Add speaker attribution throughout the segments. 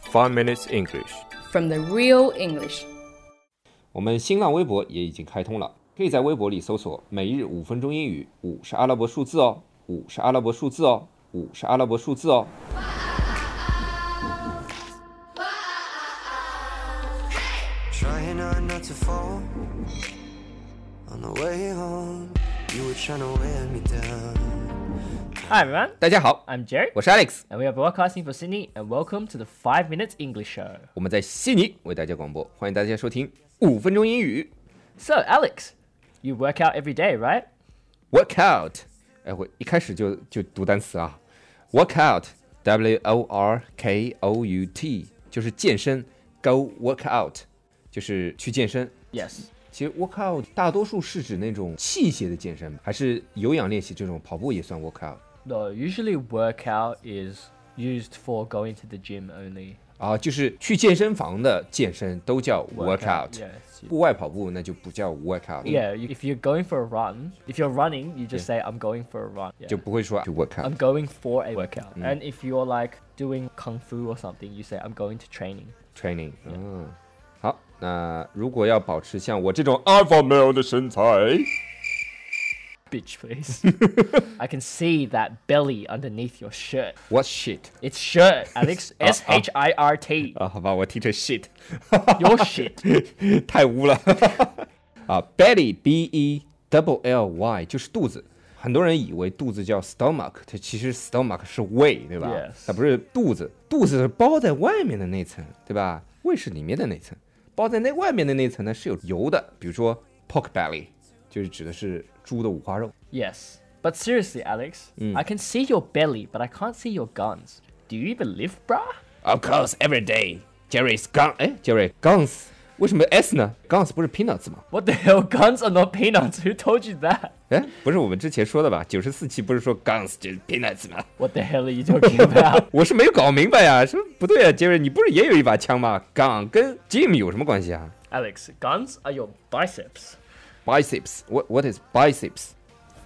Speaker 1: Five Minutes English。
Speaker 2: from the real English.
Speaker 3: 我们新浪微博也已经开通了，可以在微博里搜索“每日五分钟英语”，五是阿拉伯数字哦，五是阿拉伯数字哦，五是阿拉伯数字哦。
Speaker 4: Trying hard not to fall on the way home. You were trying to wear me down.
Speaker 5: Hi everyone,
Speaker 3: 大家好，
Speaker 5: I'm Jared,
Speaker 3: 我是 Alex，
Speaker 5: and we are broadcasting for Sydney, and welcome to the 5 Minutes English Show.
Speaker 3: 我们在悉尼为大家广播，欢迎大家收听五分钟英语
Speaker 5: So, Alex, you work out every day, right?
Speaker 3: Workout。哎，我一开始就就读单词啊，Workout，W O R K O U T，就是健身，Go workout，就是去健身。
Speaker 5: Yes.
Speaker 3: 其实 workout 大多数是指那种器械的健身，还是有氧练习这种跑步也算 workout
Speaker 5: No, usually workout is used for going to the gym only.
Speaker 3: 啊？就是去健身房的健身都叫 workout，
Speaker 5: Yes.
Speaker 3: 户外跑步那就不叫 workout，
Speaker 5: Yeah, you- if you're going for a run, if you're running, you just say, I'm going for a run. Yeah.
Speaker 3: 就不会说去 workout
Speaker 5: I'm。going for a workout. Mm. And if you're like doing kung fu or something, you say, I'm going to training.
Speaker 3: training。嗯，好，那如果要保持像我这种 alpha male 的身 材，
Speaker 5: Bitch, please. I can see that belly underneath your shirt.
Speaker 3: What shit
Speaker 5: It's shirt, Alex.
Speaker 3: Uh, uh.
Speaker 5: S H I R T.
Speaker 3: 啊？好吧，我听成 shit，
Speaker 5: Your shit.
Speaker 3: 太污了啊！Belly B E double L Y 就是肚子，很多人以为肚子叫 stomach，它其实 stomach 是胃，对吧
Speaker 5: Yes
Speaker 3: 它不是肚子，肚子是包在外面的那层，对吧？胃是里面的那层，包在那外面的那层呢是有油的，比如说 pork belly，就是指的是猪的五花肉。
Speaker 5: Yes. But seriously, Alex, I can see your belly, but I can't see your guns. Do you even live, bruh?
Speaker 3: Of course, every day. Jerry's gun，哎，Jerry guns，为什么 S 呢？Guns 不是 peanuts 吗？
Speaker 5: What the hell? Guns are not peanuts. Who told you that?
Speaker 3: 哎，不是我们之前说的吧？九十四期不是说 guns 就是 peanuts 吗？
Speaker 5: What the hell are you talking about?
Speaker 3: 我是没有搞明白呀、什么不对啊，Jerry，你不是也有一把枪吗？gun 跟 Jim 有什么关系啊
Speaker 5: Alex, guns are your biceps.
Speaker 3: ？Biceps，what what is biceps？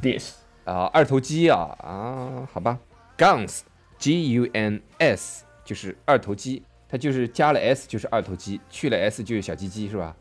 Speaker 5: This.
Speaker 3: 啊、二头肌啊啊，好吧，guns，G U N S 就是二头肌，它就是加了 S 就是二头肌，去了 S 就是小鸡鸡是吧？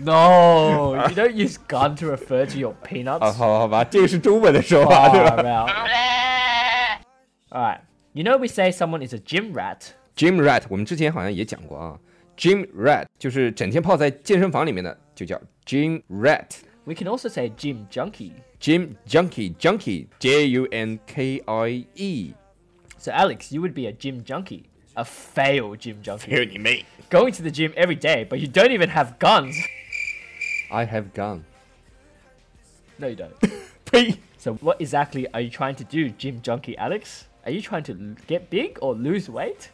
Speaker 5: No, you don't use gun to refer to your peanuts.
Speaker 3: 啊，好吧好吧，这个是中文的说 法对吧
Speaker 5: Far out. Alright. You know we say someone is a gym rat.
Speaker 3: Gym rat，我们之前好像也讲过啊，Gym rat 就是整天泡在健身房里面的，就叫 Gym rat。
Speaker 5: We can also say gym junkie.
Speaker 3: Gym junkie junkie J U N K I E，
Speaker 5: So Alex, you would be a gym junkie. A fail gym junkie.
Speaker 3: 有你妹
Speaker 5: Going to the gym every day, but you don't even have guns.
Speaker 3: ！I have gun，
Speaker 5: No, you don't.
Speaker 3: 呸！
Speaker 5: So what exactly are you trying to do, gym junkie Alex? Are you trying to l- get big or lose weight?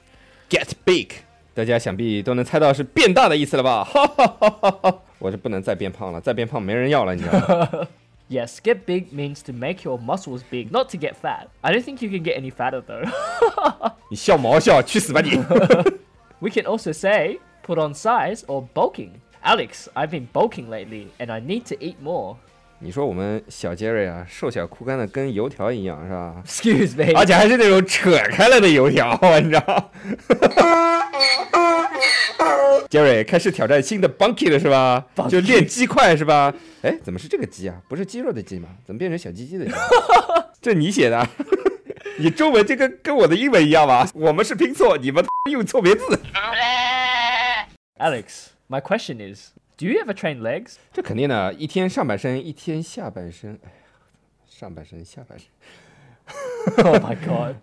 Speaker 3: Get big，大家想必都能猜到是变大的意思了吧？ 哈哈哈哈哈！我是不能再变胖了，再变胖没人要了，你知道 吗？
Speaker 5: Yes, get big means to make your muscles big, not to get fat. I don't think you can get any fatter though.
Speaker 3: 你笑毛笑，去死吧你！
Speaker 5: we can also say put on size or bulking. Alex, I've been bulking lately and I need to eat more.
Speaker 3: 你说我们小杰瑞啊，瘦小枯干的跟油条一样是吧？
Speaker 5: Excuse me.
Speaker 3: 而且还是那种扯开了的油条，你知道？杰瑞开始挑战新的 Bunky 了是吧？就练鸡块是吧？哎，怎么是这个鸡啊？不是鸡肉的鸡吗？怎么变成小鸡鸡的鸡？ 这你写的啊？ 你中文这个跟我的英文一样吧？我们是拼错，你们 用错别字，
Speaker 5: Alex, my question is, do you ever train legs?
Speaker 3: 这肯定的。一天上半身，一天下半身。哎呀，上半身下半身。
Speaker 5: Oh my god.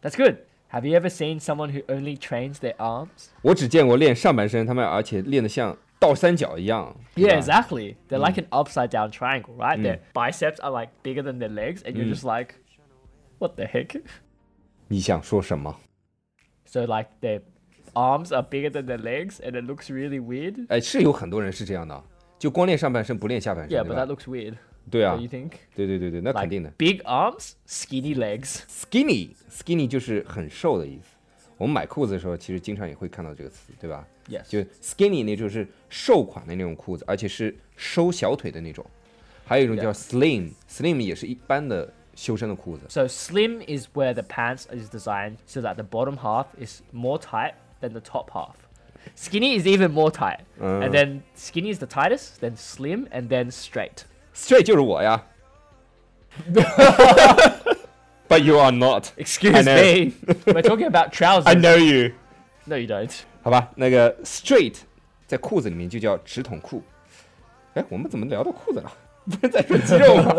Speaker 5: That's good. Have you ever seen someone who only trains their arms?
Speaker 3: 我只见过练上半身，他们而且练得像倒三角一样。
Speaker 5: Yeah, Mm.
Speaker 3: 是吧
Speaker 5: exactly. They're like an upside down triangle, right? Their biceps are like bigger than their legs, and you're just like, what the heck?
Speaker 3: 你想说什么？
Speaker 5: So, like, their arms are bigger than their legs, and it looks really weird.
Speaker 3: 哎，是有很多人是这样的，啊就光练上半身不练下半身
Speaker 5: Yeah,
Speaker 3: 对
Speaker 5: but
Speaker 3: 吧
Speaker 5: that looks weird.
Speaker 3: 对啊
Speaker 5: Don't you，think?
Speaker 3: 对对对对，那肯
Speaker 5: Like,
Speaker 3: 定的。
Speaker 5: big arms, skinny legs.
Speaker 3: Skinny skinny 就是很瘦的意思。我们买裤子的时候，其实经常也会看到这个词，对吧？
Speaker 5: Yes.
Speaker 3: 就 skinny 那就是瘦款的那种裤子，而且是收小腿的那种。还有一种叫 slim，slim 也是一般的修身的裤子。
Speaker 5: So slim is where the pants is designed so that the bottom half is more tight than the top half. Skinny is even more tight.
Speaker 3: Uh.
Speaker 5: And then skinny is the tightest, then slim, and then straight.
Speaker 3: Straight 就是我呀。But you are not. I
Speaker 5: Excuse
Speaker 3: know.
Speaker 5: me. We're talking about trousers.
Speaker 3: I know you.
Speaker 5: No, you don't.
Speaker 3: 好吧，那个 straight 在裤子里面就叫直筒裤。哎，我们怎么聊到裤子了？不是在说肌肉吗？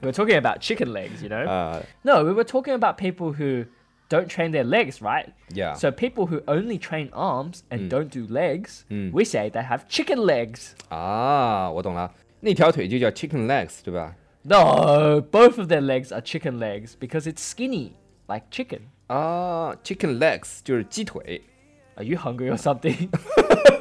Speaker 5: We're talking about chicken legs, you know?
Speaker 3: 啊
Speaker 5: no, we were talking about people who don't train their legs, right?
Speaker 3: Yeah. Mm.
Speaker 5: So people who only train arms and don't do legs, we say they have chicken legs.
Speaker 3: 啊，我懂了，那条腿就叫 chicken legs，对吧？
Speaker 5: No, both of their legs are chicken legs because it's skinny, like chicken.
Speaker 3: 啊，chicken legs 就是鸡腿，
Speaker 5: Are you hungry or something?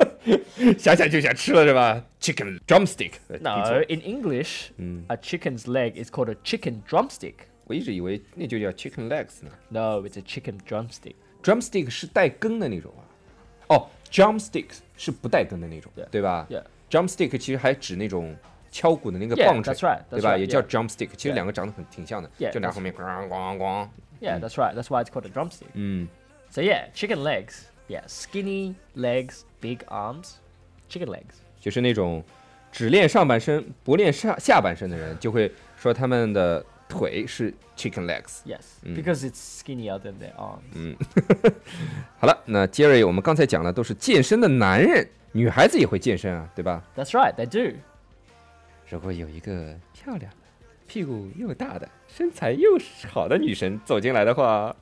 Speaker 3: 想想就想吃了是吧？chicken drumstick。呃听错
Speaker 5: no, in English, a chicken's leg is called a chicken drumstick.
Speaker 3: 我一直以为那就叫 chicken legs 呢。
Speaker 5: No, it's a chicken drumstick.
Speaker 3: drumstick 是带根的那种啊。哦，drumstick 是不带根的那种
Speaker 5: Yeah.
Speaker 3: 对吧
Speaker 5: Yeah.
Speaker 3: drumstick 其实还指那种敲鼓的那个
Speaker 5: Yeah,
Speaker 3: 棒槌
Speaker 5: that's right, that's
Speaker 3: 对吧
Speaker 5: right,
Speaker 3: 也叫
Speaker 5: yeah.
Speaker 3: drumstick，其实两个长得很挺像的
Speaker 5: Yeah,
Speaker 3: 就拿后面咣咣咣。
Speaker 5: Yeah, that's right. That's why it's called a drumstick. So yeah, chicken legs. Yeah, skinny legs, big arms, chicken legs.
Speaker 3: 就是那种只练上半身不练下下半身的人，就会说他们的腿是 chicken legs。
Speaker 5: Yes, because it's skinnier than their arms.
Speaker 3: 好了，那 Jerry，我们刚才讲了都是健身的男人，女孩子也会健身啊，对吧？
Speaker 5: That's right, they do.
Speaker 3: 如果有一个漂亮的、屁股又大的、身材又好的女神走进来的话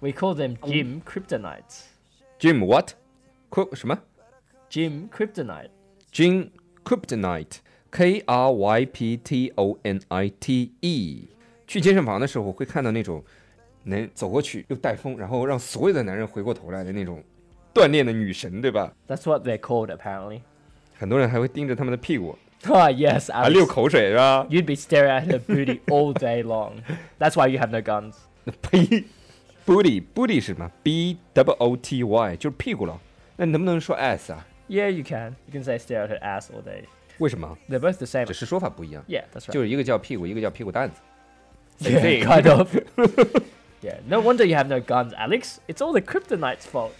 Speaker 5: We call them gym kryptonites.
Speaker 3: ，Jim what？Cryp- 什么
Speaker 5: Gym kryptonite.
Speaker 3: ？Jim Kryptonite，K R Y P T O N I T E。去健身房的时候会看到那种能走过去又带风，然后让所有的男人回过头来的那种锻炼的女神，对吧？
Speaker 5: That's what they're called apparently.
Speaker 3: 很多人还会盯着她们的屁股，啊
Speaker 5: Ah, yes,
Speaker 3: 还流
Speaker 5: Alex.
Speaker 3: 啊口水是吧？
Speaker 5: You'd be staring at her booty all day long. That's why you have no guns.
Speaker 3: 呸，booty booty 是什么？B W O T Y 就是屁股了。那能不能说 ass 啊？
Speaker 5: Yeah, you can. You can say stare at her ass all day.
Speaker 3: 为什么？
Speaker 5: They're both the same.
Speaker 3: 只是说法不一样，
Speaker 5: Yeah, that's right.
Speaker 3: 就是一个叫屁股，一个叫屁股蛋子。
Speaker 5: Yeah,
Speaker 3: thing.
Speaker 5: kind of. yeah, no wonder you have no guns, Alex. It's all the kryptonite's fault.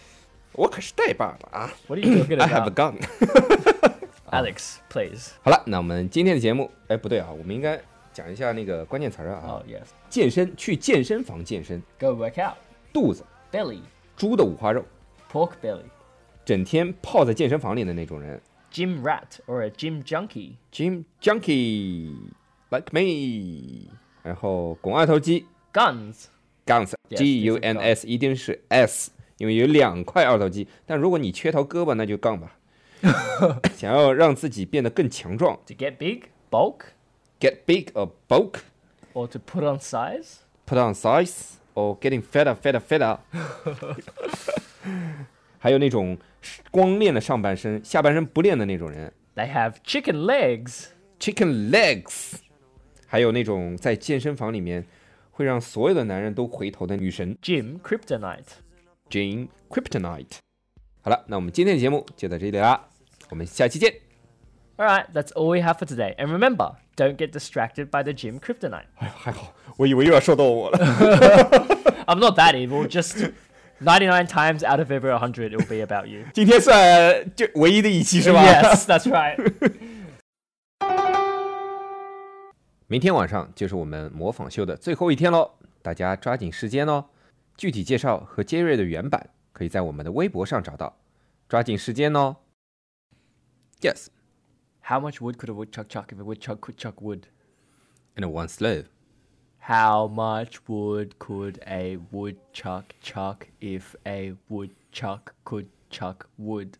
Speaker 3: 我可是带把的啊
Speaker 5: What are you talking
Speaker 3: ！I have a
Speaker 5: about?
Speaker 3: gun。
Speaker 5: Alex, please.
Speaker 3: 好了，那我们今天的节目，哎，不对啊，我们应该讲一下那个关键词儿啊。
Speaker 5: Oh, yes.
Speaker 3: 健身，去健身房健身，
Speaker 5: Go work out.
Speaker 3: 肚子，
Speaker 5: Belly.
Speaker 3: 猪的五花肉，
Speaker 5: Pork belly.
Speaker 3: 整天泡在健身房里的那种人
Speaker 5: Gym rat or a gym junkie.
Speaker 3: ，gym junkie like me。然后肱二头肌
Speaker 5: Guns.
Speaker 3: guns
Speaker 5: Yes,
Speaker 3: G U
Speaker 5: it's a
Speaker 3: N
Speaker 5: gun
Speaker 3: S 一定是 S，因为有两块二头肌。但如果你缺条胳膊，那就杠吧。想要让自己变得更强壮
Speaker 5: To get big, bulk,
Speaker 3: ，get big or bulk
Speaker 5: or to put on size.
Speaker 3: put on size or getting fatter fatter fatter 还有那种光练的上半身，下半身不练的那种人
Speaker 5: They have chicken legs.
Speaker 3: ，chicken legs，还有那种在健身房里面会让所有的男人都回头的女神
Speaker 5: Gym kryptonite.
Speaker 3: Jane Kryptonite。好了，那我们今天的节目就到这里啦，我们下期见。
Speaker 5: Alright, that's all we have for today. And remember, don't get distracted by the gym kryptonite.
Speaker 3: 哎呀，还好，我以为又要说到我了。
Speaker 5: I'm not that evil, just 99 times out of every 100 it'll be about you.
Speaker 3: 今天算就唯一的一期 是吧
Speaker 5: Yes, that's right.
Speaker 3: 明天晚上就是我们模仿秀的最后一天喽，大家抓紧时间哦。具体介绍和杰瑞的原版可以在我们的微博上找到，抓紧时间哦。Yes,
Speaker 5: How much wood could a woodchuck chuck if a woodchuck could chuck wood?
Speaker 3: and one slave.
Speaker 5: How much wood could a woodchuck chuck if a woodchuck could chuck wood?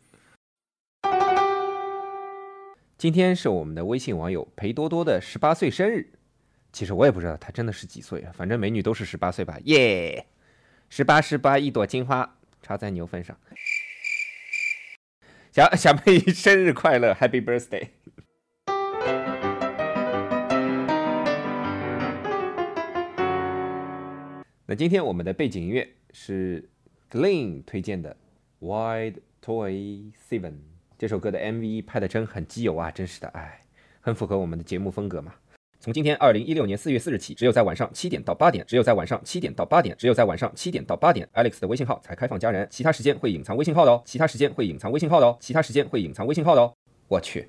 Speaker 3: 今天是我们的微信网友裴多多的十八岁生日，其实我也不知道他真的是几岁啊，反正美女都是十八岁吧，耶！十八十八一朵金花插在牛粪上。小小妹生日快乐，Happy Birthday！那今天我们的背景音乐是 Glen 推荐的《Wide Toy Seven》这首歌的 MV 拍的真很基友啊，真是的，哎，很符合我们的节目风格嘛。从今天二零一六年四月四日起，只有在晚上七点到八点，只有在晚上七点到八点，只有在晚上七点到八点，Alex 的微信号才开放加人，其他时间会隐藏微信号的哦，其他时间会隐藏微信号的哦，其他时间会隐藏微信号的哦。我去。